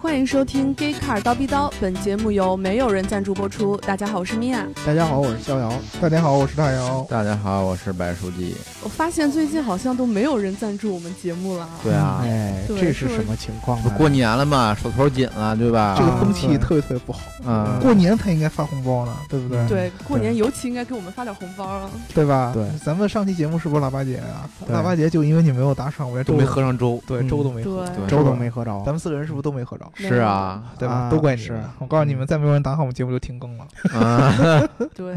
欢迎收听《Gay Car 刀逼刀》，本节目由没有人赞助播出。大家好，我是米娅。大家好，我是逍遥。大家好，我是大姚。大家好，我是白书记。我发现最近好像都没有人赞助我们节目了。对啊，哎，对这是是不是什么情况不啊？过年了嘛，手头紧了，对吧？这个啊风气对特别特别不好。嗯过年才应该发红包呢，对不对？对，过年尤其应该给我们发点红包啊！对吧？对咱们上期节目是不是腊八节啊？对腊八节就因为你没有打赏，我连都粥没喝，上粥。对，嗯粥都没对喝，，对粥都没喝着咱，们四个人是不是都没喝着？没有是啊，对吧？啊都怪你是们。我告诉你们，再没有人打赏，我们节目就停更了。啊，对，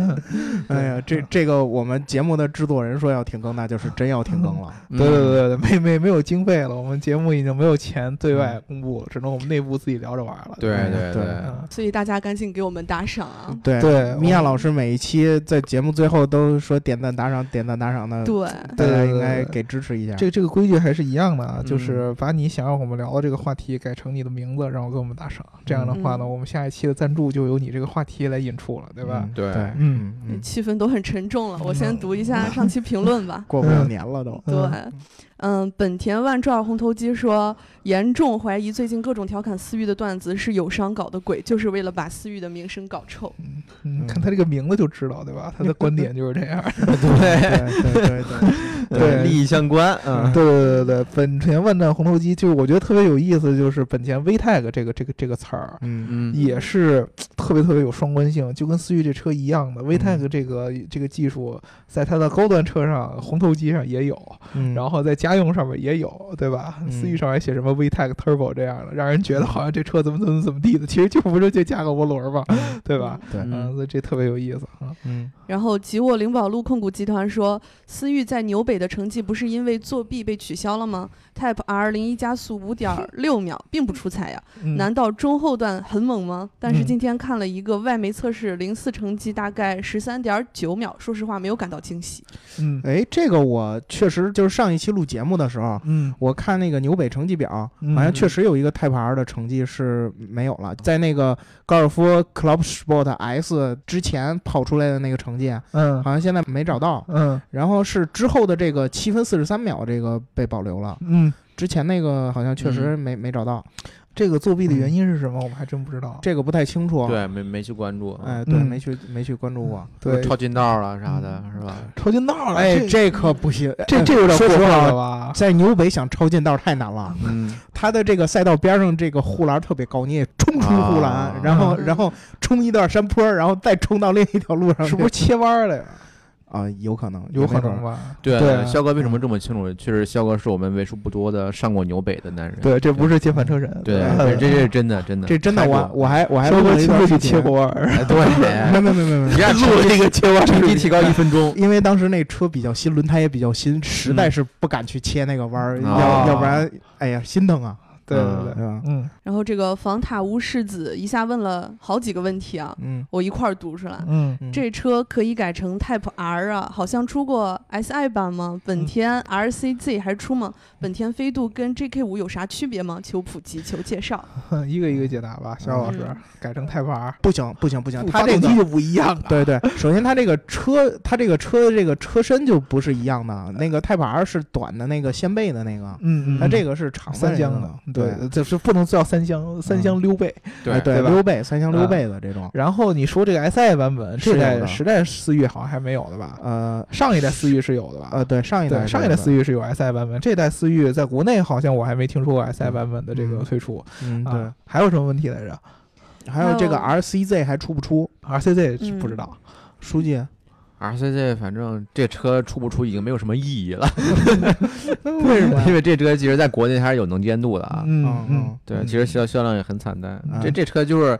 哎呀，这这个我们节目的制作人说要停更，那就是真要停更了。嗯对对对对，没没没有经费了，我们节目已经没有钱对外公布，只能我们内部自己聊着玩了。对对对嗯所以大家赶紧给我们打赏啊！对对米我娅老师每一期在节目最后都说点赞打赏，点赞打赏的，对，大家对对应该对对给支持一下。这个这个规矩还是一样的啊，嗯就是把你想让我们聊的这个话题改成你的名字，然后给我们打赏。这样的话呢，嗯我们下一期的赞助就由你这个话题来引出了，对吧？嗯对对，嗯，嗯，。气氛都很沉重了。我先读一下上期评论吧 过不了年了都。对，嗯，本田万兆红头鸡说，严重怀疑最近各种调侃思域的段子是友商搞的鬼，就是为了把思域的名声搞臭。嗯，看他这个名字就知道，对吧？他的观点就是这样。对对对对对，对利益相关。嗯，对对对对，本田万丈红头鸡，就是我觉得特别有意思，就是本田 VTEC 这个这个这个词儿。嗯 嗯，也是特别特别有双关性，就跟思域这车一样的，VTEC 这个、这个技术在它的高端车上，红头机上也有，嗯，然后在家用上面也有，对吧？嗯思域上还写什么 VTEC Turbo 这样的，让人觉得好像这车怎么怎么怎么地的，其实就不是就加个涡轮嘛，对吧？对，嗯，所以这特别有意思啊。嗯然后，吉沃灵宝路控股集团说，思域在纽北的成绩不是因为作弊被取消了吗？Type R 零一加速五点六秒，并不出彩呀。嗯难道中后段很猛吗？但是嗯今天看了一个外媒测试，零四成绩大概十三点九秒，说实话没有感到惊喜。嗯哎，这个我确实就是上一期录节目的时候，嗯我看那个纽北成绩表，嗯好像确实有一个 Type R 的成绩是没有了，在那个高尔夫 Club Sport S 之前跑出来的那个成绩，嗯好像现在没找到。嗯然后是之后的这个七分四十三秒，这个被保留了，嗯，之前那个好像确实没、没找到，这个作弊的原因是什么？我们还真不知道。这个不太清楚。，啊对，没没去关注。啊哎，对，嗯没去没去关注过。对，抄近道了啥的，是吧？ 抄近道了，哎，这这可不行，这这有点说过实分了话，吧？在纽北想抄近道太难了。嗯，它的这个赛道边上这个护栏特别高，你也冲出护栏，啊然后嗯然后冲一段山坡，然后再冲到另一条路上去，是不是切弯了呀？啊、有可能，有可也没准能儿。吧？对对啊肖哥为什么这么清楚？确实，肖哥是我们为数不多的上过纽北的男人。对，这不是接反车神，对，吧这这是真的，真的，这真的太过我我还我还肖录哥了一亲段自去视切频，过弯儿，哎 没对，没没没没你，看录了一个切弯，成绩提高一分钟。因为当时那车比较新，轮胎也比较新，实在是不敢去切那个弯儿，嗯要啊要不然，哎呀，心疼啊，对对嗯对对，吧？嗯然后这个房塔屋世子一下问了好几个问题啊，嗯，我一块儿读出来。嗯嗯这车可以改成 Type R 啊，好像出过 SI 版吗？本田 RCZ 还出吗？本田飞度跟 JK 五有啥区别吗？求普及，求介绍。哼嗯 一个一个解答吧，肖老师嗯，改成 Type R，不行不行不行，发它动这机个。就不一样啊。对对，首先它这个车，它这个车的这个车身就不是一样的。那个 Type R 是短的那个掀背的那个，嗯那嗯，这个个是长的三那厢个的，对对，嗯就是不能叫三厢，三厢溜背。哎对对吧溜背三厢溜背的这种，然后你说这个 SI 版本，是这有代的时代思域好像还没有的吧？呃上一代思域是有的吧？呃，对上一代嗯对，上一代思域，域是有 SI 版本，这代思域在国内好像我还没听说过 SI 版本的这嗯个推出。嗯啊对，，还有什么问题来着还有这个还 RCZ 还出不出？ ？RCZ 嗯不知道，书嗯记， RCZ 反正这车出不出已经没有什么意义了， 为什么 因呀？为这车其实在国内还是有能见度的啊。嗯嗯嗯，对，其实销销量也很惨淡。嗯这这车就是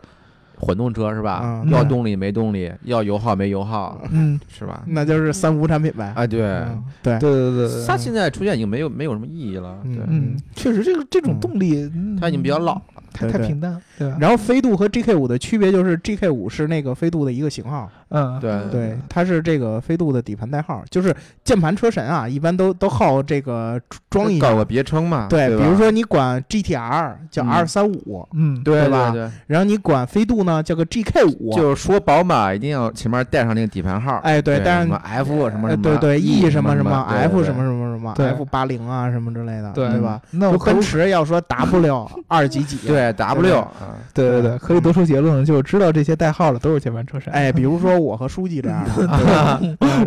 混动车是吧？嗯要动力没动力，要油耗没油耗，嗯，是吧？那就是三无产品呗。哎啊，对，呃嗯对对对对对它对，现在出现已经没有没有什么意义了。嗯对，嗯，确实这个这嗯种动力，嗯它已经比较老，了。太对太对平淡，对吧？然后飞度和 GK 五的区别就是 GK 五是那个飞度的一个型号，嗯，对嗯对，它是这个飞度的底盘代号，就是键盘车神啊，一般都都好这个装一搞下个。别称嘛。对，对吧，比如说你管 GTR 叫嗯 R 三五，嗯，对对吧对，然后你管飞度呢叫个 GK 五，就是说宝马一定要前面带上那个底盘号。哎对但是什么 F 什么呃什么，对对 E E 什么什么么对 F 对什么对嗯什么什嘛对，F 八零啊什么之类的，对对吧？？那我就可以奔驰要说 W 二几几，，对 W 对啊，对对嗯对，可以得出结论，就是知道这些代号了都是键盘车身。哎，比如说我和书记这样 的，对吧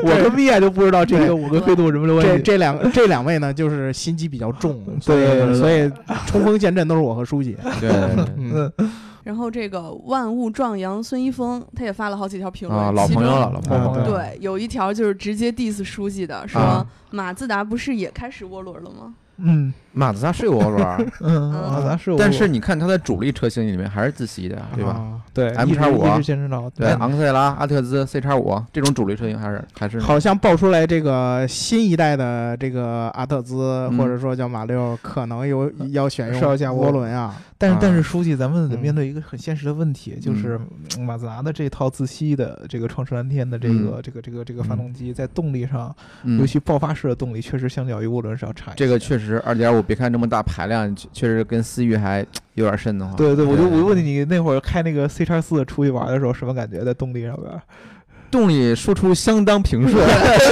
我跟米娅就不知道这个五个黑洞什么关这系。这两这两位呢，就是心机比较重，所对对以对所以冲锋陷阵都是我和书记，对对对嗯，然后这个万物壮阳孙一峰，他也发了好几条评论，啊，老其中朋友了，老朋友了，啊对对，有一条就是直接 diss 书记的，说、啊马自达不是也开始涡轮了吗？嗯马自达是有涡轮 儿，嗯，马自达是有，但是你看它的主力车型里面还是自吸的，对吧？啊？对 M 一直叉五啊一直坚持到对，嗯昂克赛拉、阿特兹、C 叉五这种主力车型还是还是好像爆出来这个新一代的这个阿特兹嗯或者说叫马六，可能有要选用是要加涡涡轮轮啊，但是啊但是书记，咱们得嗯面对一个很现实的问题，就是嗯马自达的这套自吸的这个创世蓝天的这个这个这个这个发动机在动力上，尤嗯。其爆发式的动力，确实相较于涡轮是要差一些。这个确实，二点五，别看这么大排量，确确实跟思域还有点瘆得慌。对对，我就我就问你，你，那会儿开那个 C 叉四出去玩的时候，什么感觉？在动力上边？动力输出相当平顺，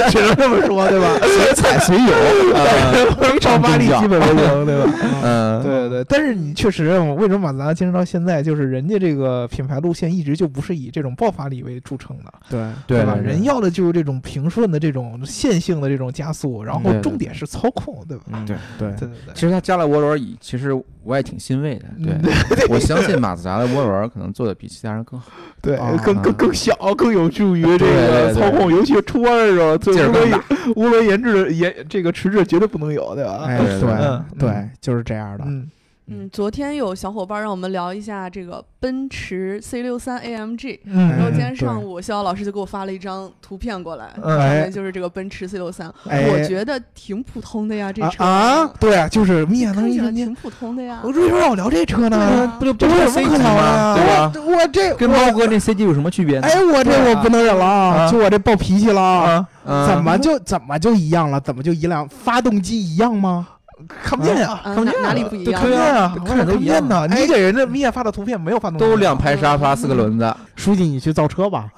只能这么说，对吧？ 随踩随有，呃没超八力基本为 零，对吧？嗯，对对，但是你确实，为什么马自达坚持到现在，就是人家这个品牌路线一直就不是以这种爆发力为著称的，对，对吧？对人要的就是这种平顺的这种线性的这种加速，然后对对重点是操控，对吧？嗯对对对对对其。实它加了涡轮椅，其实我也挺欣慰的。嗯对，我相信马自达的涡轮可能做的比其他人更好，对啊，更更更小，更有助于对这对对个操控，尤其是出弯的时候，这劲儿无更论大。无论颜值的颜这个迟滞绝对不能有，对吧？哎对对对嗯对，就是这样的，嗯，嗯，昨天有小伙伴让我们聊一下这个奔驰 C 六三 AMG，嗯然后今天对上午逍遥老师就给我发了一张图片过来，上嗯哎面就是这个奔驰 C 六三，哎我觉得挺普通的呀，这车啊啊，对啊，就是米娅看能一起来瞬间挺普通的呀我。为什么让我聊这车对呢啊？不就这有不什是么可聊的呀？ C 级吗嗯我我这跟我猫哥那 CG 有什么区别呢？哎，啊我这啊对啊我不能忍了啊，啊就我这暴脾气了啊，啊嗯怎么就怎么就一样了？怎么就一样？发动机一样吗？看不见呀，啊，看不哪见哪里了不一对样看不？见啊，对我哪看看着都不一样见呢。哎你给人家米娅发的图片没有发动机都两排沙发，四个轮子，书记，你去造车 吧。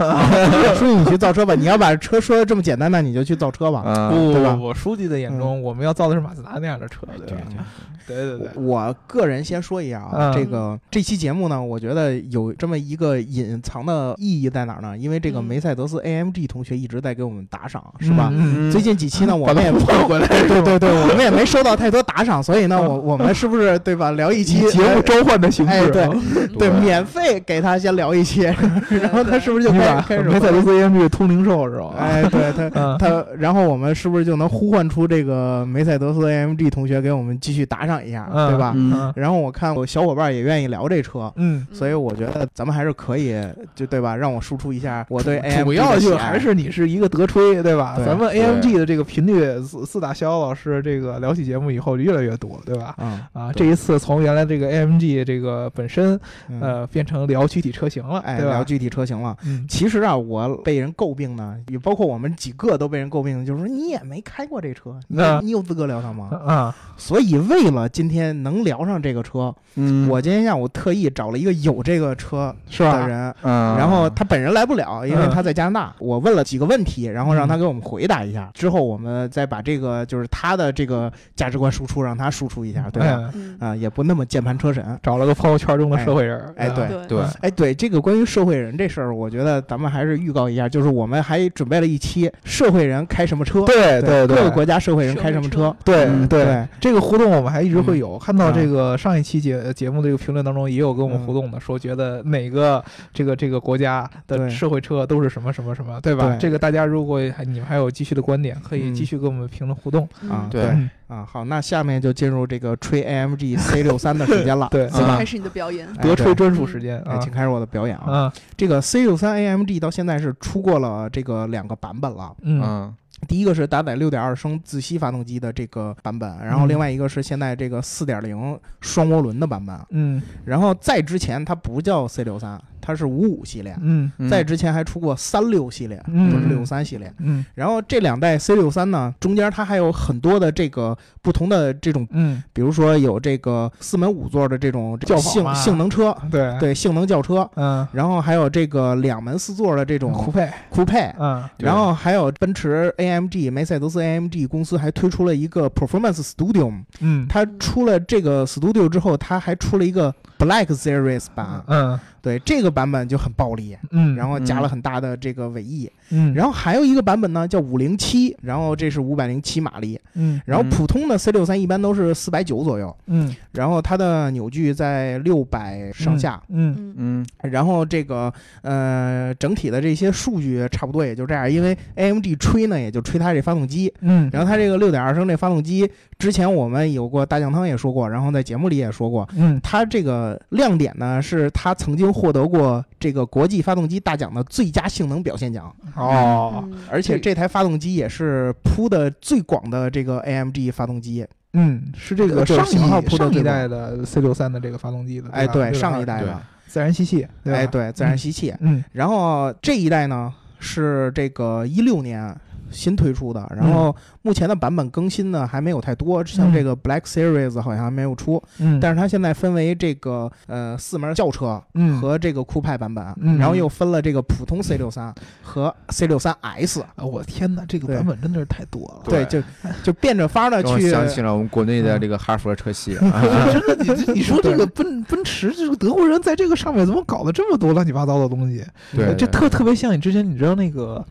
书记，你去造车吧。你要把车说的这么简单，那你就去造车吧。嗯，不对吧不不，书记的眼中，我们要造的是马自达那样的车，对对吧？嗯对对对，我个人先说一下啊，嗯这个这期节目呢，我觉得有这么一个隐藏的意义在哪儿呢？因为这个嗯梅赛德斯 AMG 同学一直在给我们打赏，是吧？嗯嗯最近几期呢，我把们它也换回来， 对对对，我们也没收到太多打赏，所以呢，嗯我我们是不是对吧？聊一以期节目召唤的形哎式，啊对嗯 对，免费给他先聊一期，然后 他是不是就你开把开始梅赛德斯 AMG 通灵兽是吧？哎，对他嗯，他，然后我们是不是就能呼唤出这个梅赛德斯 AMG 同学给我们继续打赏一下，嗯对吧？嗯然后我看我小伙伴也愿意聊这车。嗯，所以我觉得咱们还是可以，就对吧？让我输出一下我对 AMG 主的要喜就爱还是你是一个德吹，对吧？对咱们对 AMG 的这个频率，四四大逍遥老师这个聊起节目以后就越来越多，对吧？啊，啊，这对一次从原来这个 AMG 这个本身，嗯，呃，变成聊具体车型了，哎，对吧？聊具体车型了。嗯，其实啊，我被人诟病呢，也包括我们几个都被人诟病，就是说你也没开过这车，你那你有资格聊它吗？啊，所以为了今天能聊上这个车，嗯，我今天下午特意找了一个有这个车是的吧？人，嗯，然后他本人来不了，因为啊嗯他在加拿大。我问了几个问题，然后让他嗯给我们回答一下。之后我们再把这个就是他的这个价值观输出，让他输出一下，对吧？哎，嗯，啊，也不那么键盘车神。找了个朋友圈中的社会人儿，啊哎，吧对。对对，哎，对这个关于社会人这事儿，我觉得咱们还是预告一下，就是我们还准备了一期社会人开什么车，对各对个对。国家社会人开什么车社，对嗯对对，这个互动我们还一直会有。看到啊这个上一期节呃节目的这个评论当中，也有跟我们嗯互动的，说觉得哪个这个这个国家的对社会车都是什么什么什么，对吧？对这个大家如果还你们还有继续的观点，可以嗯继续跟我们评论互动。啊嗯，对嗯。啊。好，那下面就进入这个吹 AMG C 六三的时间了对，嗯请啊开始你的表演。哎德吹对专属时间哎，啊请开始我的表演啊。啊这个 C 六三 AMG 到现在是出过了这个两个版本了，嗯嗯第一个是搭载六点二升自吸发动机的这个版本，然后嗯另外一个是现在这个四点零双涡轮的版本，嗯然后再之前它不叫 C 六三，它是五五系列，嗯嗯在之前还出过三六系列，嗯不是六三系列。嗯然后这两代 C 六三呢，中间它还有很多的这个不同的这种，嗯，比如说有这个四门五座的这种这种轿跑嘛性性能车，对，对性能轿车，嗯，然后还有这个两门四座的这酷种配，酷配，嗯对然后还有奔驰 AMG、梅赛德斯 AMG 公司还推出了一个 Performance Studio，嗯它出了这个 Studio 之后，它还出了一个 Black Series 版，嗯对这个版本就很暴力，嗯，然后加了很大的这个尾翼，嗯，然后还有一个版本呢叫五零七，然后这是五百零七马力，嗯然后嗯普通的 C 六三一般都是四百九左右，嗯然后它的扭矩在六百上下，，嗯嗯，嗯然后这个呃整体的这些数据差不多也就这样，因为 AMG 吹呢也就吹它这发动机，嗯，然后它这个六点二升这发动机，之前我们有过大酱汤也说过，然后在节目里也说过，嗯它这个亮点呢是它曾经获得过这个国际发动机大奖的最佳性能表现奖，哦，嗯而且这台发动机也是铺的最广的这个 AMG 发动机，嗯，是这个就上是型号一铺的上一最广代的 C 六三的这个发动机的，哎，对吧，对， 6.2上一代对的，自然吸气，吧哎，，对，自然吸气，嗯然后这一代呢是这个一六年新推出嗯的，然后目前的版本更新呢还没有太多，像这个 Black Series 好像还没有出，嗯，但是它现在分为这个呃四门轿车嗯和这个酷派版本，嗯然后又分了这个普通 C 六三和 C 六三 S，啊，我的天哪，这个对版本真的是太多了。对就就变着法儿的让我去。想起了我们国内的这个哈佛 车系啊， 真的，你这你说这个奔奔驰，这个德国人在这个上面怎么搞了这么多乱七八糟的东西？对呃，这对特特别像你之前，你知道那个，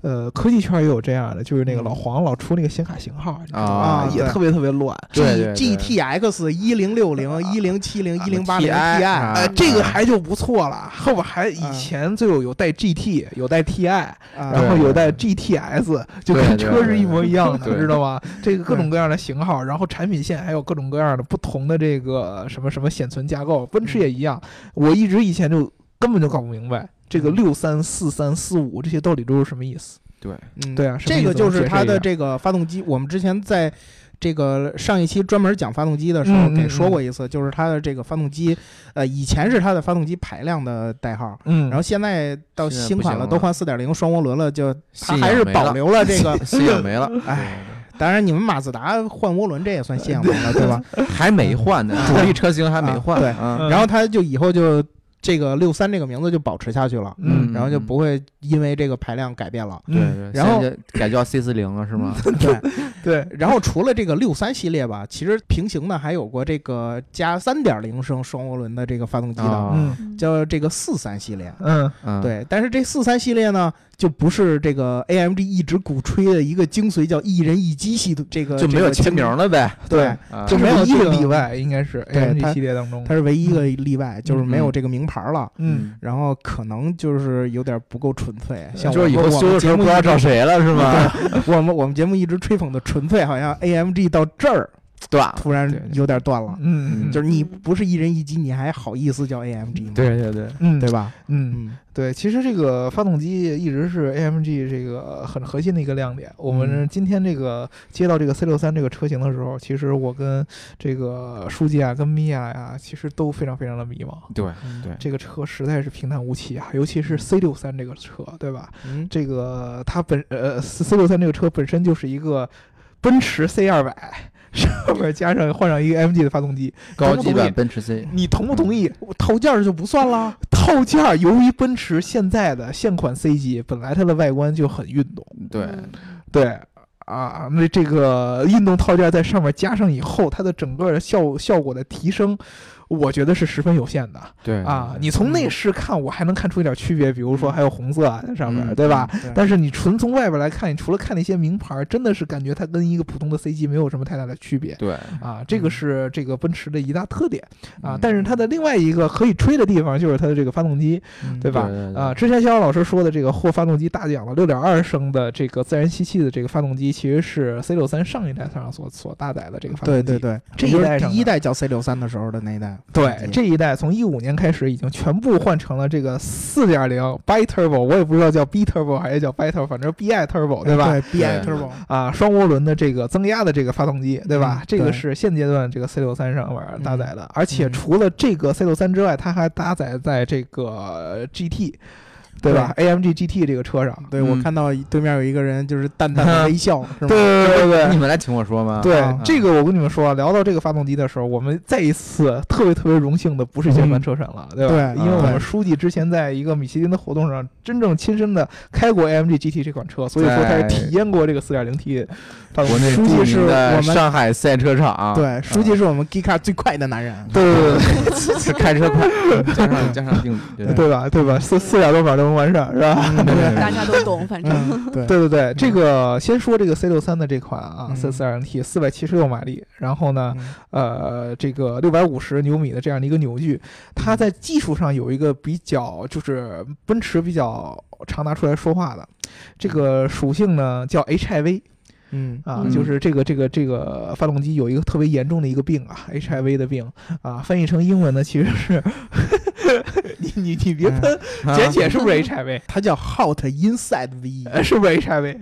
呃，科技圈也有这样的，就是那个嗯老黄老出那个显卡型号，你知道吗啊也对啊特别特别乱。 G 对对 G T X 一零六零、 一零七零、一零八零 T TI I，啊呃，这个还就不错了，后边还以嗯前就有有带 GT，有带 TI，然啊后对有带 GTS，就对跟对车对是一模一样的，对知道吗？这个各种对各样的型号，然后产品线还有各种各样的不同的这个什么什么显存架构，奔驰也一样。我一直以前就根本就搞不明白这个嗯六三四三四五这些到底都是什么意思。对，嗯，对啊什么这意个思就能是解释它一的下这个发动机。我们之前在这个上一期专门讲发动机的时候嗯嗯给说过一次，就是它的这个发动机，呃，以前是它的发动机排量的代号，嗯然后现在到现在新不款行了，了都换四点零双涡轮了，就它信仰还是没保了 留了这个。信仰没了， 哎，当然你们马自达换涡轮这也算信仰没了，对吧？还没换呢，主力车型还没换，啊对啊嗯然后它就以后就这个六三这个名字就保持下去了，嗯然后就不会因为这个排量改变了。对嗯对，然后现在改叫 C 四零了 是吗？对。 对，然后除了这个六三系列吧，其实平行的还有过这个加三点零升双涡轮的这个发动机的，啊嗯嗯叫这个四三系列。嗯嗯，对，但是这四三系列呢，就不是这个 AMG 一直鼓吹的一个精髓，叫一人一机系统，这个就没有这个签名了呗，精对，啊就没有一这个个例外，应该是对 AMG 它系列当中它。是唯一一个例外，就是没有这个名牌了。嗯，然后可能就是有点不够纯粹，像嗯就是以我后们修的时候不知道找。谁了是我吗？们节目一直 对，我们我们节目一直吹捧的纯粹，好像 AMG 到这儿 对吧？突然啊对对有点断了。嗯，嗯就是你不是一人一机，你还好意思叫 AMG 吗？对对对，嗯，对吧？嗯，嗯对，其实这个发动机一直是 AMG 这个很核心的一个亮点。我们嗯今天这个接到这个 C 六三这个车型的时候，其实我跟这个书记啊、跟米娅呀，其实都非常非常的迷茫。对嗯对这个车实在是平淡无奇啊，尤其嗯是 C 六三这个车，对吧？嗯，这个它本呃 C 六三这个车本身就是一个奔驰 C 二百，上面加上换上一个 AMG 的发动机，高同不级同版意？奔驰 C，你同不同意？我套件儿就不算啦。套件儿由于奔驰现在的现款 C 级，本来它的外观就很运动，对，嗯嗯对啊，那这个运动套件在上面加上以后，它的整个的效效果的提升，我觉得是十分有限的对啊。你从内饰看，我还能看出一点区别，比如嗯说还有红色啊在上面，对吧？？对但是你纯从外边来看，你除了看那些名牌，真的是感觉它跟一个普通的 C 级没有什么太大的区别。对啊，这个嗯是这个奔驰的一大特点啊嗯，但是它的另外一个可以吹的地方就是它的这个发动机，嗯对吧？对对对啊，之前肖老师说的这个获发动机大奖的六点二升的这个自然吸气的这个发动机，其实是 C 六三上一代上所所搭载的这个发动对机。对对，这一就是代上第一的代叫 C 六三的时候的那一代，对，这一代从一五年开始已经全部换成了这个四点零 Bi Turbo，我也不知道叫 B Turbo 还是叫 Bi Turbo，反正 Bi Turbo 对吧？对，Bi 对 Turbo，啊，双涡轮的这个增压的这个发动机，对吧？嗯这个对是现阶段这个 C 六三上面搭载的，而且嗯除了这个 C 六三之外，它还搭载在这个 GT，对吧？AMG GT 这个车上，对我嗯看到对面有一个人就是淡淡的微 笑，是吗？对对对你对。们来听我说吗？对啊这个，我跟你们说啊，聊到这个发动机的时候，我们再一次特别特别荣幸的不是键盘车神了，对吧？对因为我对们书记之前在一个米其林的活动上真正亲身的开过 AMG GT 这款车，所以说他在也体验过这个 4.0T 发动国机。内书记著是名我的们上海赛车场，对，书记是我们 g e e k a 最快的男人。嗯对对对对，是 开车快， 加上加上定对对吧？对吧？四四点多秒就能完事儿，是吧？嗯对，大家都懂，反正 嗯对，对对对，这个先说这个 C 六三的这款啊，嗯四四二 T 四百七十六马力，然后呢，嗯呃，这个六百五十牛米的这样的一个扭矩，它在技术上有一个比较，就是奔驰比较常拿出来说话的这个属性呢，叫 HIV 嗯啊，嗯就是这个这个这个发动机有一个特别严重的一个病啊，HIV 的病啊，翻译成英文呢其实是， 你你你别喷，啊简写是不是 HIV？他叫 Hot Inside 呃 V，是不是 HIV？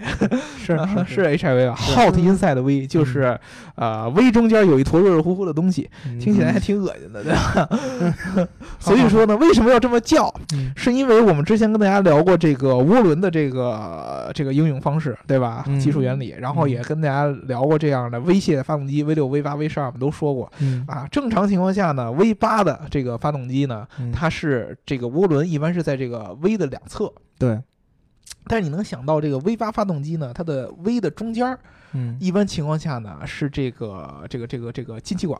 是啊是 HIV 啊，Hot 嗯 Inside V 就是，呃，V 中间有一坨热热乎乎的东西， 嗯听起来还挺恶心的，对吧？所以说呢，为什么要这么叫？嗯是因为我们之前跟大家聊过这个涡轮的这个这个应用方式，对吧？嗯技术原理，然后也跟大家聊过这样的微蟹发动机 V 六、V 八、V 十二，我们都说过嗯啊。正常情况下呢，V 八的这个发动机呢，嗯它是这个涡轮一般是在这个 V 的两侧，对，但是你能想到这个 V 八发动机呢，它的 V 的中间儿。嗯，一般情况下呢是这个这个这个这个进气管。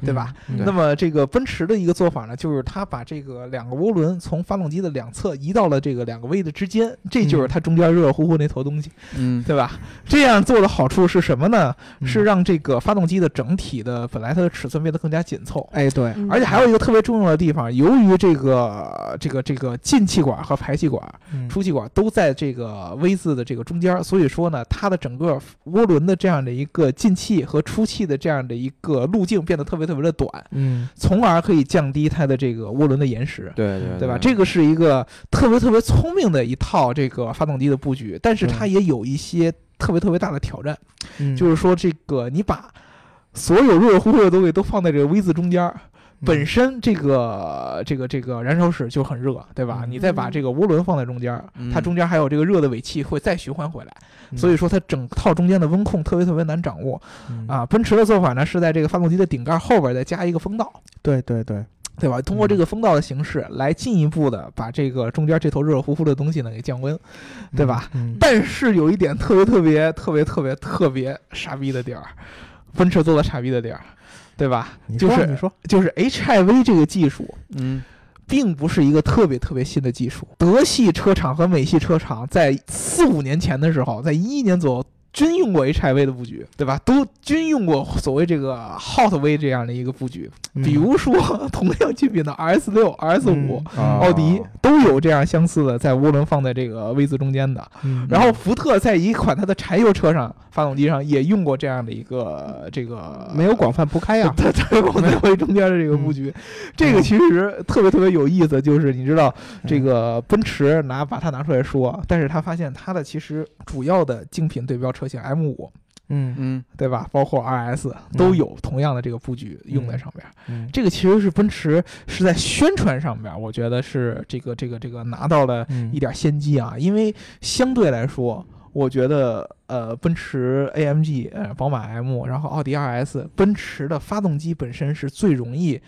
对吧嗯？对那么这个奔驰的一个做法呢，就是它把这个两个涡轮从发动机的两侧移到了这个两个 V 的之间，这就是它中间热热乎乎那坨东西，嗯对吧？这样做的好处是什么呢？嗯是让这个发动机的整体的本来它的尺寸变得更加紧凑。哎对，嗯而且还有一个特别重要的地方，由于这个这个这个进气管和排气管嗯出气管都在这个 V 字的这个中间儿，所以说呢，它的整个涡轮的这样的一个进气和出气的这样的一个路径变得特别特别的短，嗯从而可以降低它的这个涡轮的延时。对对对嗯吧？这个是一个特别特别聪明的一套这个发动机的布局，但是它嗯也有一些特别特别大的挑战，嗯，就是说这个你把所有热热乎乎的东西都放在这个 V 字中间儿，本身身这个这个这个燃烧室就很热，对吧？嗯你再把这个涡轮放在中间儿，嗯它中间还有这个热的尾气会再循环回来，嗯所以说它整套中间的温控特别特别难掌握嗯啊。奔驰的做法呢是在这个发动机的顶盖后边再加一个风道，对对对，对嗯吧？通过这个风道的形式来进一步的把这个中间这头热热乎乎的东西呢给降温，对吧？嗯？但是有一点特别特别特别特别特别傻逼的地儿，奔驰做的傻逼的地儿，对吧？嗯，就就是你说，就是 HIV 这个技术，嗯并不是一个特别特别新的技术。德系车厂和美系车厂在四五年前的时候，在一一年左右。均用过 HIV 的布局，对吧？都均用过所谓这个 Hot V 这样的一个布局，嗯比如说同样竞 品的 RS 六、RS 五、嗯奥迪哦啊都有这样相似的，在涡轮放在这个 V 字中间的。嗯然后福特在一款它的柴油车上，发动机上也用过这样的一个这个没有广泛铺哎 开呀，啊嗯它它往在为中间的这个布局，这个其实特别特别有意思，就是你知道嗯这个奔驰拿把它拿出来说，但是他发现它的其实主要的竞品对标车型 M 五，嗯嗯对吧？包括 RS 都有同样的这个布局用在上面。嗯这个其实是奔驰是在宣传上面，我觉得是这个这个这个拿到了嗯一点先机啊，因为相对来说，我觉得呃，奔驰 AMG、呃，宝马 M，然后奥迪 RS，奔驰的发动机本身是最容易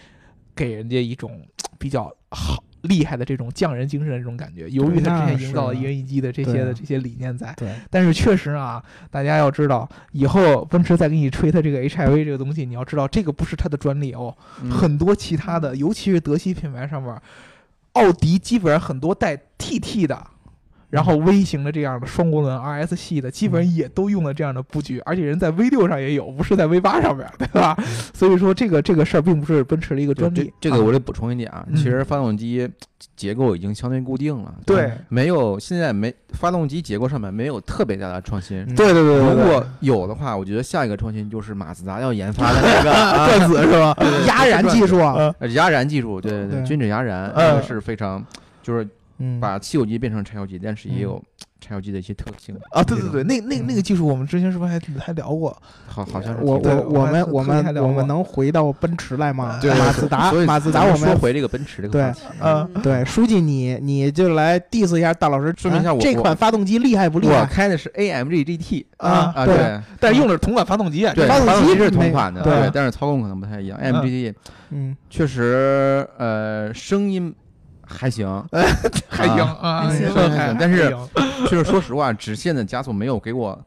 给人家一种比较好。厉害的这种匠人精神的这种感觉，由于他之那前是营造了的一人一机的这些对啊的这些理念在，对，但是确实啊，大家要知道，以后奔驰再给你吹它这个 HIV 这个东西，你要知道这个不是它的专利哦，嗯很多其他的，尤其是德系品牌上面，奥迪基本上很多带 TT 的，然后 V 型的这样的双涡轮 RS 系的，基嗯本上也都用了这样的布局，而且人在 V 六上也有，不是在 V 八上面，对吧？嗯所以说这个这个事儿并不是奔驰的一个对专利这，这个我得补充一点啊，嗯其实发动机结构已经相对固定了，对没有现在没发动机结构上面没有特别大的创新。嗯对对对如对对，果有的话，我觉得下一个创新就是马自达要研发的那个 啊转子是吧？压燃技术，啊呃呃压燃技术，对对对均质压燃，嗯这个是非常就是嗯，把汽油机变成柴油机，但是也嗯有柴油机的一些特性，啊，对对对，那那嗯那个技术我们之前是不是还还聊过？好好像是我挺我对我我还们特我特意还们聊我过们能回到奔驰来吗？对马自达所以，啊马自达，咱我们说们回这个奔驰这个对话题啊，嗯，对书记你你就来 diss 一下大老师，说明一下啊我这我款发动机厉害不厉我害？开的是 AMG GT 啊啊，对对但是用的是同款发动机啊，对，这发动发动机机是没同款的，对对，但是操控可能不太一样嗯，AMG GT 嗯，确实呃声音还行，哎 还行啊，还行你说还行但是就是说实话，直线的加速没有给我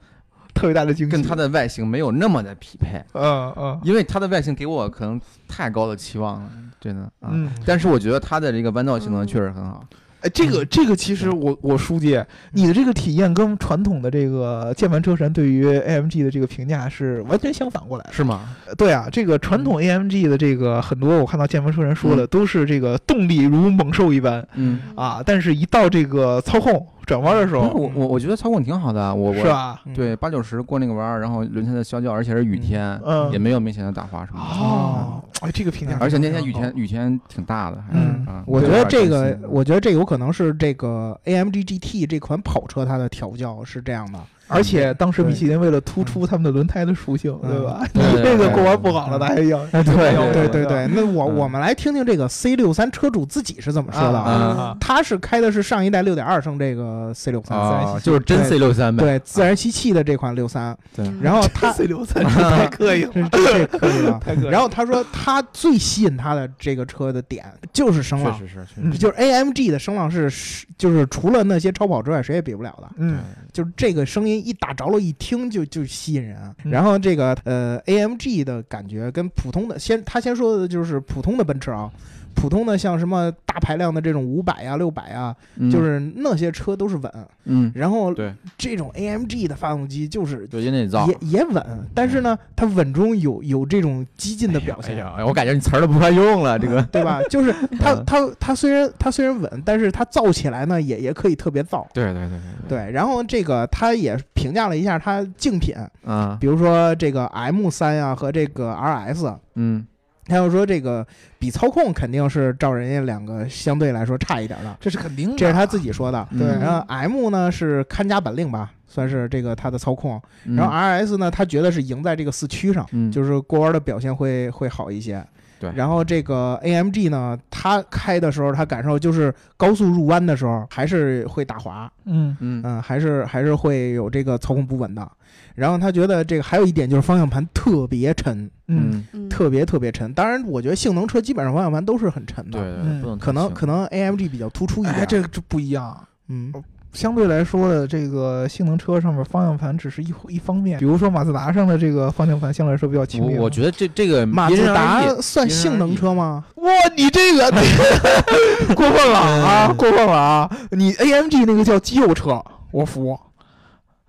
特别大的惊喜，跟它的啊外形没有那么的匹配，嗯嗯因为它的外形给我可能太高的期望了，真的啊。嗯，但是我觉得它的这个弯道性能嗯确实很好，哎，这嗯个这个其实我我书记，你的这个体验跟传统的这个键盘车神对于 AMG 的这个评价是完全相反过来的。是吗？呃对啊，这个传嗯统 AMG 的这个很多我看到键盘车神说的都是这个动力如猛兽一般嗯，啊，但是一到这个操控转弯的时不是候，我我我觉得操控挺好的，啊我是啊我吧？嗯对八九十过那个弯儿，然后轮胎的消掉，而且是雨天，嗯也没有明显的打滑什么的。哦，哎，这个评价，而且那天雨天，雨天挺大的，还是嗯啊，我对觉得吧这担个心，我觉得这有可能是这个 AMG GT 这款跑车它的调教是这样的，而且当时米其林为了突出他们的轮胎的属性，嗯对吧？ 对你这个过弯不好嗯了，大家要哎， 对对对对对对，那我嗯我们来听听这个 C 六三车主自己是怎么说的啊啊？啊他是开的是上一代六点二升这个 C 六三，哦啊，就是真 C 六三呗，对，自然吸气的这款六三，对嗯 然后他 C 六三太膈应这 了，这可以 了。太膈应了。然后他说他最吸引他的这个车的点就是声确浪，实是，确嗯实是就是 AMG 的声浪是是就是除了那些超跑之外谁也比不了的。嗯，就是这个声音一打着了，一听就就吸引人。嗯然后这个呃 AMG 的感觉跟普通的先他先说的就是普通的奔驰啊，普通的像什么大排量的这种五百呀、六百呀，嗯就是那些车都是稳。嗯，然后对这种 AMG 的发动机就是对，就嗯那造。也也稳，但是呢，它稳中有有这种激进的表哎现。嗯呀，哎呀我感觉你词儿都不会用了，这个。对吧？就是它，嗯它，它虽然它虽然稳，但是它造起来呢，也也可以特别造。 对对对对，对，然后这个他也评价了一下它竞品，啊，比如说这个 M 三呀和这个 RS，嗯，他又说这个比操控肯定是照人家两个相对来说差一点的，这是肯定的，这是他自己说的。嗯对然后 M 呢是看家本领吧，算是这个它的操控。嗯然后 RS 呢，他觉得是赢在这个四驱上，嗯就是过弯的表现会会好一些。对然后这个 AMG 呢，它开的时候，它感受就是高速入弯的时候还是会打滑，嗯嗯嗯，还是还是会有这个操控不稳的。然后他觉得这个还有一点就是方向盘特别沉，嗯嗯，嗯特别特别沉。当然，我觉得性能车基本上方向盘都是很沉对的，对嗯对，不能可能太可能 AMG 比较突出一点。哎，这个这不一样。嗯相对来说的这个性能车上面方向盘只是一一方面，比如说马自达上的这个方向盘相对来说比较轻轻便。我我觉得这这个马因自人而达哦异算性能车 吗？哇，你这个过分 了啊，哎过分了啊！你 AMG 那个叫肌肉车，我服。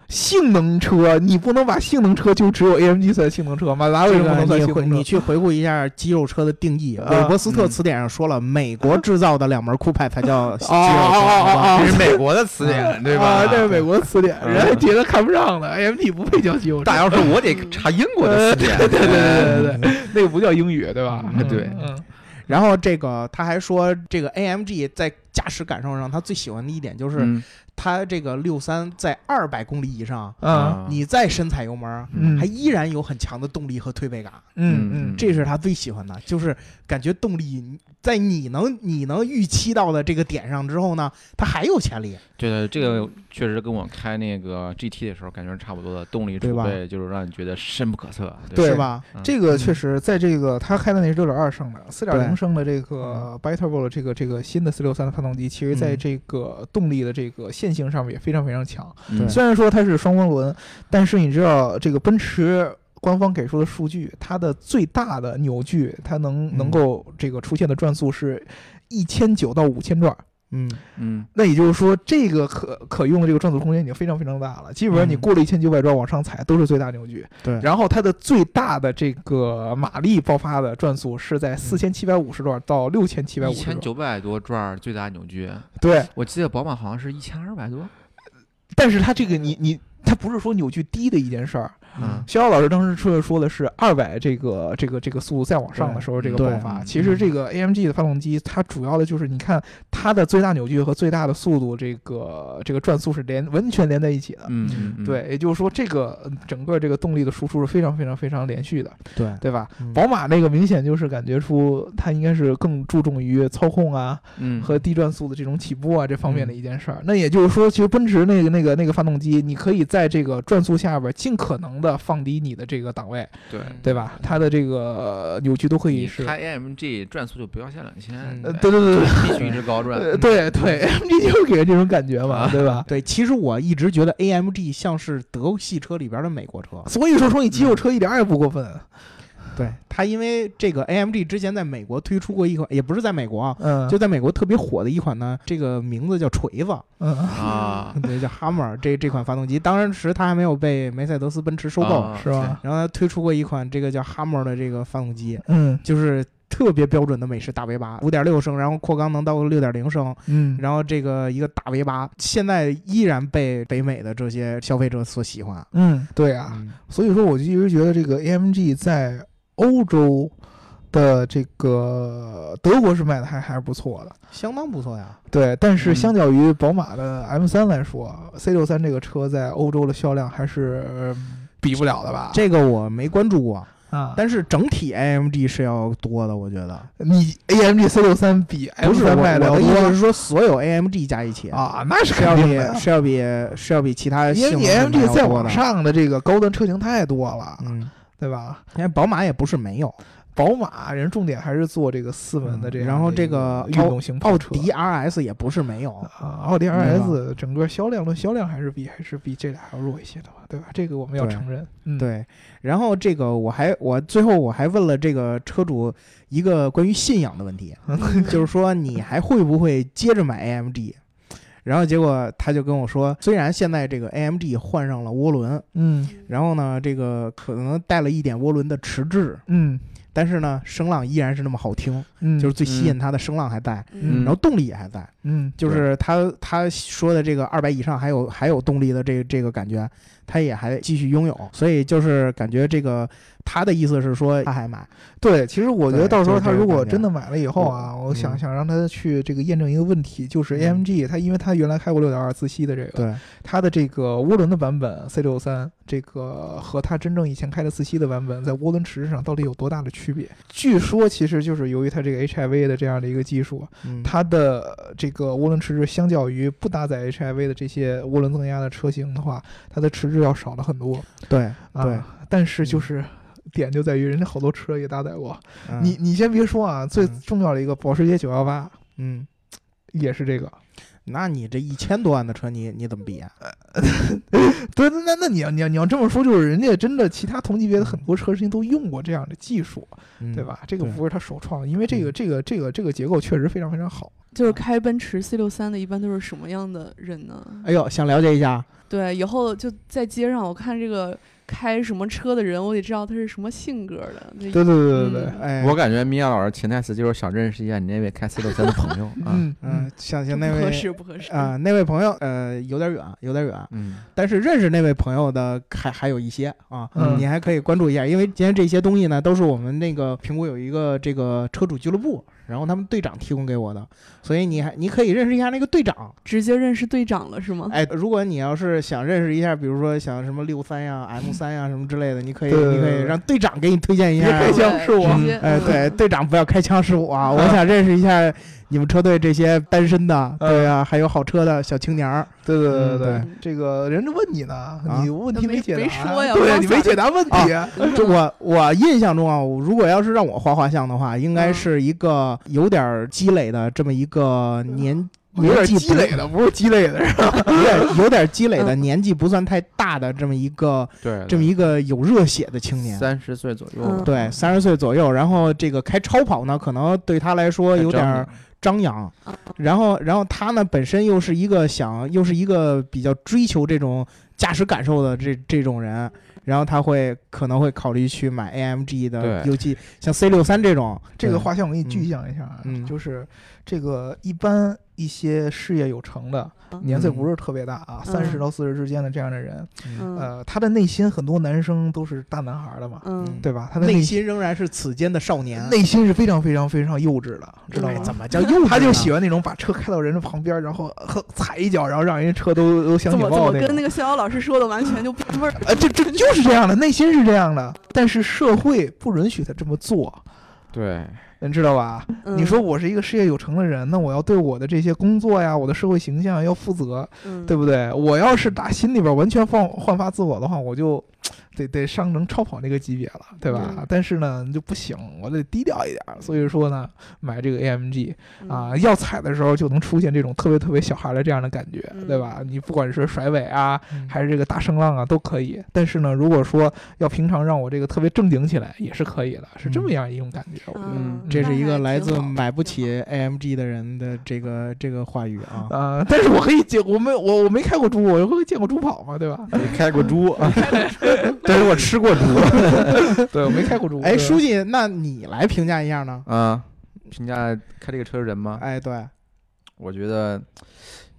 性能车，你不能把性能车就只有 AMG 算性能车，马自达为这什么不个能算你性回能你车？去回顾一下肌肉车的定义，啊韦伯斯特嗯词典上说了，美国制造的两门酷派才 叫肌肉车。哦好吧哦这是美国的词典，对吧？啊，这是美国词典，人家觉得看不上的，AMG 不配叫肌肉车。大姚说，我得查英国的词呃典，对对嗯对对对对，那个不叫英语，对吧？嗯对嗯然后这个他还说，这个 AMG 在驾驶感受上，他最喜欢的一点就是嗯是它这个六三在二百公里以上，嗯啊你再深踩油门，嗯还依然有很强的动力和推背感，嗯嗯嗯这是他最喜欢的，就是感觉动力在你能你能预期到的这个点上之后呢，它还有潜力。对对，这个确实跟我开那个 GT 的时候感觉是差不多的，动力对储吧备就是让你觉得深不可测，对是吧？这个确实，在这个他开的那是六点二升的，四点零嗯对升的这个 b i t u r b o 的这个这个新的四六三的发动机，其实在嗯这个动力的这个线性上面也非常非常强。嗯虽然说它是双涡轮，但是你知道这个奔驰。官方给出的数据，它的最大的扭矩，它能嗯能够这个出现的转速是一千九到五千转，嗯，嗯，那也就是说，这个可可用的这个转速空间已经非常非常大了，基本上你嗯过了一千九百转往上踩都是最大扭矩。对然后它的最大的这个马力爆发的转速是在四千七百五十转到六千七百五一十转千。九百多转儿最大扭矩，对，我记得宝马好像是一千二百多。但是它这个你你它不是说扭矩低的一件事儿。嗯肖遥老师当时说的说的是二百这个这个这个速度再往上的时候这对个对爆发。嗯其实这个 AMG 的发动机它主要的就是你看它的最大扭矩和最大的速度这个这个转速是连完全连在一起的。嗯嗯，嗯，对，也就是说，这个呃整个这个动力的输出是非常非常非常连续的，对，对吧？嗯宝马那个明显就是感觉出它应该是更注重于操控啊嗯和低转速的这种起步啊这方面的一件事儿。那也就是说，其实奔驰那个那个那个发动机，你可以在这个转速下边儿尽可能的放低你的这个档位，对。对吧？它的这个呃扭矩都可以嗯你是。开 AMG 转速就不要下两千嗯，呃对对对对必须一直高转。呃，对对，AMG 就是给人这种感觉啊嘛，对吧？对，其实我一直觉得 AMG 像是德国系车里边的美国车，所以说说你肌嗯肉车一点儿也不过分，啊对它，因为这个 AMG 之前在美国推出过一款，也不是在美国啊，嗯，就在美国特别火的一款呢，这个名字叫锤子，嗯，啊，对，叫 Hammer 这这款发动机，当时它还没有被梅赛德斯奔驰收购，啊是吧？？然后它推出过一款这个叫 Hammer 的这个发动机，嗯就是特别标准的美式大 V 八，五点六升，然后扩缸能到六点零升，嗯，然后这个一个大 V 八，现在依然被北美的这些消费者所喜欢。嗯，对啊，嗯所以说我就一直觉得这个 AMG 在欧洲的这个德国是卖的还还是不错的，相当不错呀，对。但是嗯相较于宝马的 M 3来说，C 6 3这个车在欧洲的销量还是呃比不了的吧？这个我没关注过，啊，但是整体 AMG 是要多的，我觉得。你 AMG C 6 3比哎 M 不是我3卖我的要的意思是多说，所有 AMG 加一起，啊，那是是要肯定比的，是要比是要比其他因性为能你品牌 AMG 再要多往的。上的这个高端车型太多了，嗯，对吧？因为宝马也不是没有，宝马人重点还是做这个四门的这样的一，嗯然后这个运奥动型奥跑车迪 RS 也不是没有。啊，奥迪明白 RS 整个销量论销量还是比还是比这俩要弱一些的嘛，对吧？这个我们要对承认。嗯，对，然后这个我还我最后我还问了这个车主一个关于信仰的问 题，嗯就是说你还会不会接着买 AMG？然后结果他就跟我说，虽然现在这个 AMG 换上了涡轮，嗯然后呢，这个可能带了一点涡轮的迟滞，嗯但是呢，声浪依然是那么好听，嗯，就是最吸引他的声浪还在，嗯然后动力也还在，嗯就是他他说的这个二百以上还有还有动力的这这个感觉，他也还继续拥有，所以就是感觉这个他的意思是说他还买，对。其实我觉得对到时候就是他这个如果感觉真的买了以后啊，我想嗯想让他去这个验证一个问题，就是嗯 AMG 它因为它原来开过六点二自吸的这个，对，它的这个涡轮的版本 C 六三这个和它真正以前开的自吸的版本在涡轮迟滞上到底有多大的区别？据说其实就是由于它这个 HIV 的这样的一个技术，嗯，它的呃这个涡轮迟滞相较于不搭载 HIV 的这些涡轮增压的车型的话，它的迟滞要少了很多。对啊、对，但是嗯就是。点就在于人家好多车也搭载过，嗯你你先别说啊，最嗯重要的一个保时捷918嗯，也是这个，那你这一千多万的车你你怎么比啊？对，那那那你要你要你要这么说，就是人家真的其他同级别的很多车型都用过这样的技术，嗯对？吧？这个对嗯不是他首创的，因为这个这个这个这个结构确实非常非常好。就是开奔驰 C 六三的，一般都是什么样的人呢？哎呦，想了解一下，对，以后就在街上，我看这个开什么车的人，我得知道他是什么性格的。对对对对对对，哎，我感觉米娅老师潜台词就是想认识一下你那位开 C 六三的朋友啊。嗯嗯，想想那不合位适，不合适啊、那位朋友呃有点远，有点远，嗯，但是认识那位朋友的还还有一些啊，嗯你还可以关注一下，因为今天这些东西呢，都是我们那个评估有一个这个车主俱乐部，然后他们队长提供给我的，所以你还你可以认识一下那个队长。直接认识队长了是嗯吗？哎，如果你要是想认识一下，比如说想什么六三呀、M 三 呀什么之类的，你可以对你可以让队长给你推荐一别下开。枪嗯对是我直接哎， 对，队长不要开枪是我啊，我想认识一下你们车队这些单身的，嗯对啊，还有好车的小青年儿。对对对嗯对对这个人家问你呢，你问题解答，没没说呀对光你没想解答问题，这我我印象中啊，我如果要是嗯让我画画像的话，应该是一个有点儿积累的这么一个年嗯有点年纪积不累的，不是积累的，嗯是吧有点有点积累的，年纪不算太大的这么一个嗯对，这么一个有热血的青年，三十岁左右吧，嗯对，三十岁左右，然后这个开超跑呢，可能对他来说太有点张儿扬张扬嗯，然后然后他呢本身又是一个想又是一个比较追求这种驾驶感受的这这种人，然后他会可能会考虑去买 AMG 的，对尤其像 C 六三这种 这个对画像我给你具嗯象一下啊，嗯就是这个一般一些事业有成的，嗯年岁不是特别大啊，嗯三十、到四十之间的这样的人，嗯呃，他的内心很多男生都是大男孩儿的嘛，嗯对吧？他的内内心仍然是此间的少年，内心是非常非常非常幼稚的，知道哎吗？怎 么叫幼稚呢？啊他就喜欢那种把车开到人的旁边，然后呵踩一脚，然后让人家车都都响怎警么怎报么那跟那种。个逍遥老师说的完全就不一味儿？呃，这这就是这样的，内心是这样的，但是社会不允许他这么做，对，你知道吧？嗯你说我是一个事业有成的人，那我要对我的这些工作呀、我的社会形象要负责，嗯对不对？我要是打心里边完全放焕发自我的话，我就得得上能超跑那个级别了，对吧？嗯但是呢，就不行，我得低调一点儿。所以说呢，买这个 AMG 嗯啊，要踩的时候就能出现这种特别特别小孩的这样的感觉，嗯对吧？你不管是甩尾啊，嗯还是这个大声浪啊，都可以。但是呢，如果说要平常让我这个特别正经起来，也是可以的，是这么样一种感觉。我觉得嗯，这是一个那还来挺自好买 不起 AMG 的人的这个这个话语啊。呃，但是我可以见，我没我我没开过猪，我会见过猪跑嘛，对吧？你开过猪， 但是我吃过猪对，我没开过猪。 哎，对书记，那你来评价一下呢？啊。评价开这个车的人吗？哎， 对，我觉得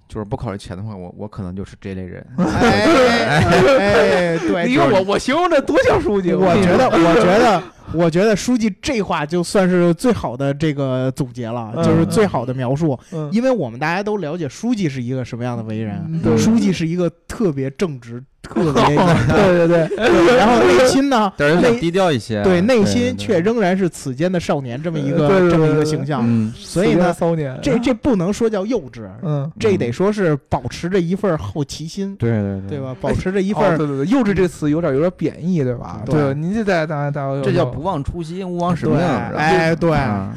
就是不考虑钱的话，我我可能就是这类人。哎哎，对，你就看是我我形容的多像书记，我跟你觉说得，我觉得，我觉得书记这话就算是最好的这个总结了，嗯就是最好的描述，嗯因为我们大家都了解书记是一个什么样的为人，嗯对书 记是一个特别正直、特别对对对，对，然后内心呢，但是又想内低调一些，对内心却对仍然是此间的少年这么一对个对对这么一个对形象，嗯， 所以死呢了，骚年啊这这不能说叫幼稚，嗯。这得说是保持着一份好奇心，对对对对？吧？保持着一一份份、哦对对对，幼稚这个词有点有点贬义，对吧？对您这在大家大家这叫不忘初心，勿忘使对，命。哎，对，啊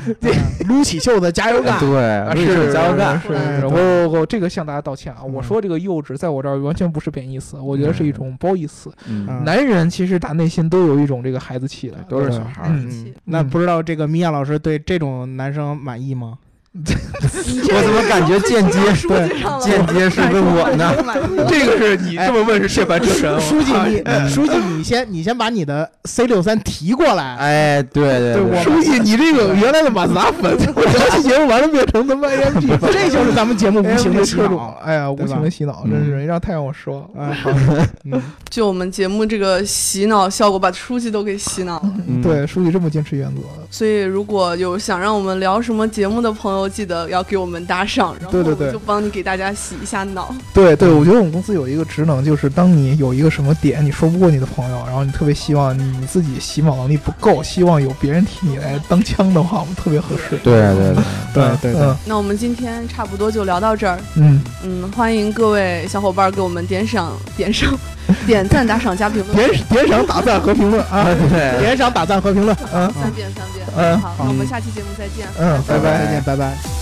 撸起袖子加油干。对，啊是是加油干。是哎是，对我我我这个向大家道歉啊！嗯我说这个幼稚，在我这儿完全不是贬义词，我觉得是一种褒义词。嗯嗯男人其实打内心都有一种这个孩子气的，都是小孩儿。嗯嗯，那不知道这个米娅老师对这种男生满意吗？我怎么感觉间接对间接是问我呢？呢？ 这个是嗯你哎这么问是血凡之神，我书记靠 你，书记你先，你先把你的 C 六三提过来。哎，对对对我书记你这个原来的马自达 粉，这期节目完了 变成他妈 AMG，这就是咱们节目无形的洗车主脑。，哎呀，无对吧情的洗脑，嗯真是让太让我失望了。哎，好，嗯，就我们节目这个洗脑效果，把书记都给洗脑了。嗯对，书记这么坚持原则，所以，如果有想让我们聊什么节目的朋友，记得要给我们打赏，然后对我对对们就帮你给大家洗一下脑。对对，我觉得我们公司有一个职能，就是当你有一个什么点你说不过你的朋友，然后你特别希望你自己洗脑能力不够，希望有别人替你来当枪的话，我们特别合适。对对对，对 嗯对对，那我们今天差不多就聊到这儿。嗯，嗯，欢迎各位小伙伴给我们点赏、点赏、点赞、打赏加评论，点点赏、打赞和评论啊，对点赏、打赞和评论。嗯三遍三遍。嗯好，那我们下期节目再见。嗯，拜再拜。见，拜拜。